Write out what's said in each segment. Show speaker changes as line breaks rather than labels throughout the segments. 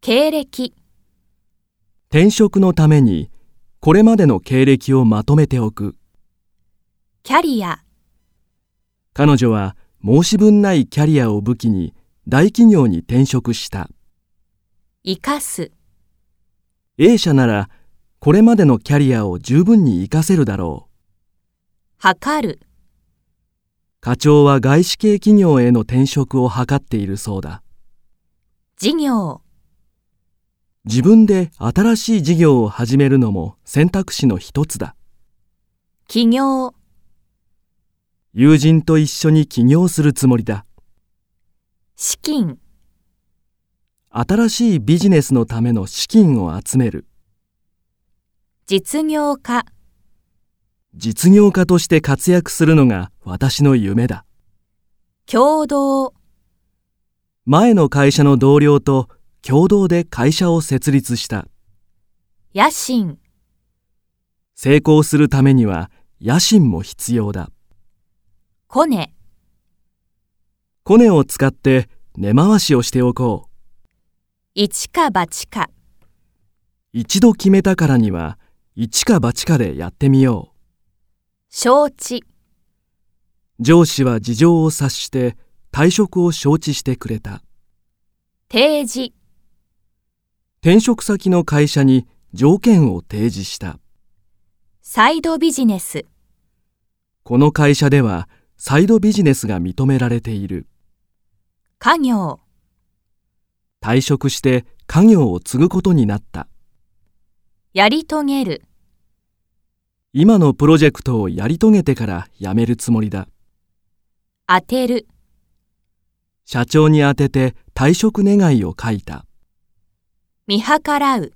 経歴、
転職のためにこれまでの経歴をまとめておく
キャリア、
彼女は申し分ないキャリアを武器に大企業に転職した
生かす、
A 社ならこれまでのキャリアを十分に活かせるだろう
測る、
課長は外資系企業への転職を図っているそうだ
事業、
自分で新しい事業を始めるのも選択肢の一つだ
起業、
友人と一緒に起業するつもりだ
資金、
新しいビジネスのための資金を集める
実業家、
実業家として活躍するのが私の夢だ
共同、
前の会社の同僚と共同で会社を設立した
野心、
成功するためには野心も必要だ
コネ、
コネを使って根回しをしておこう
一か八か、
一度決めたからには一か八かでやってみよ
承知、
う上司は事情を察して退職を承知してくれた
提示、
転職先の会社に条件を提示した
サイドビジネス、
この会社ではサイドビジネスが認められている
家業、
退職して家業を継ぐことになった
やり遂げる、
今のプロジェクトをやり遂げてから辞めるつもりだ
当てる、
社長に宛てて退職願を書いた
見計らう、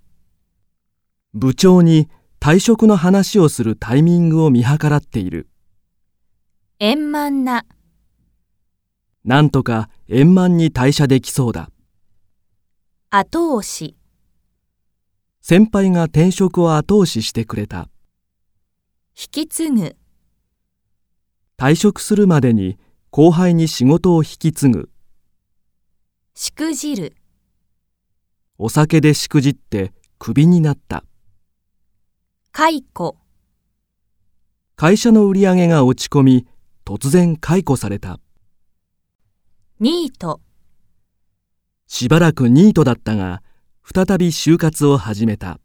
部長に退職の話をするタイミングを見計らっている
円満な、
なんとか円満に退社できそうだ
後押し、
先輩が転職を後押ししてくれた
引き継ぐ、
退職するまでに後輩に仕事を引き継ぐ
しくじる、
お酒でしくじってクビになった
解雇、
会社の売り上げが落ち込み突然解雇された
ニート、
しばらくニートだったが再び就活を始めた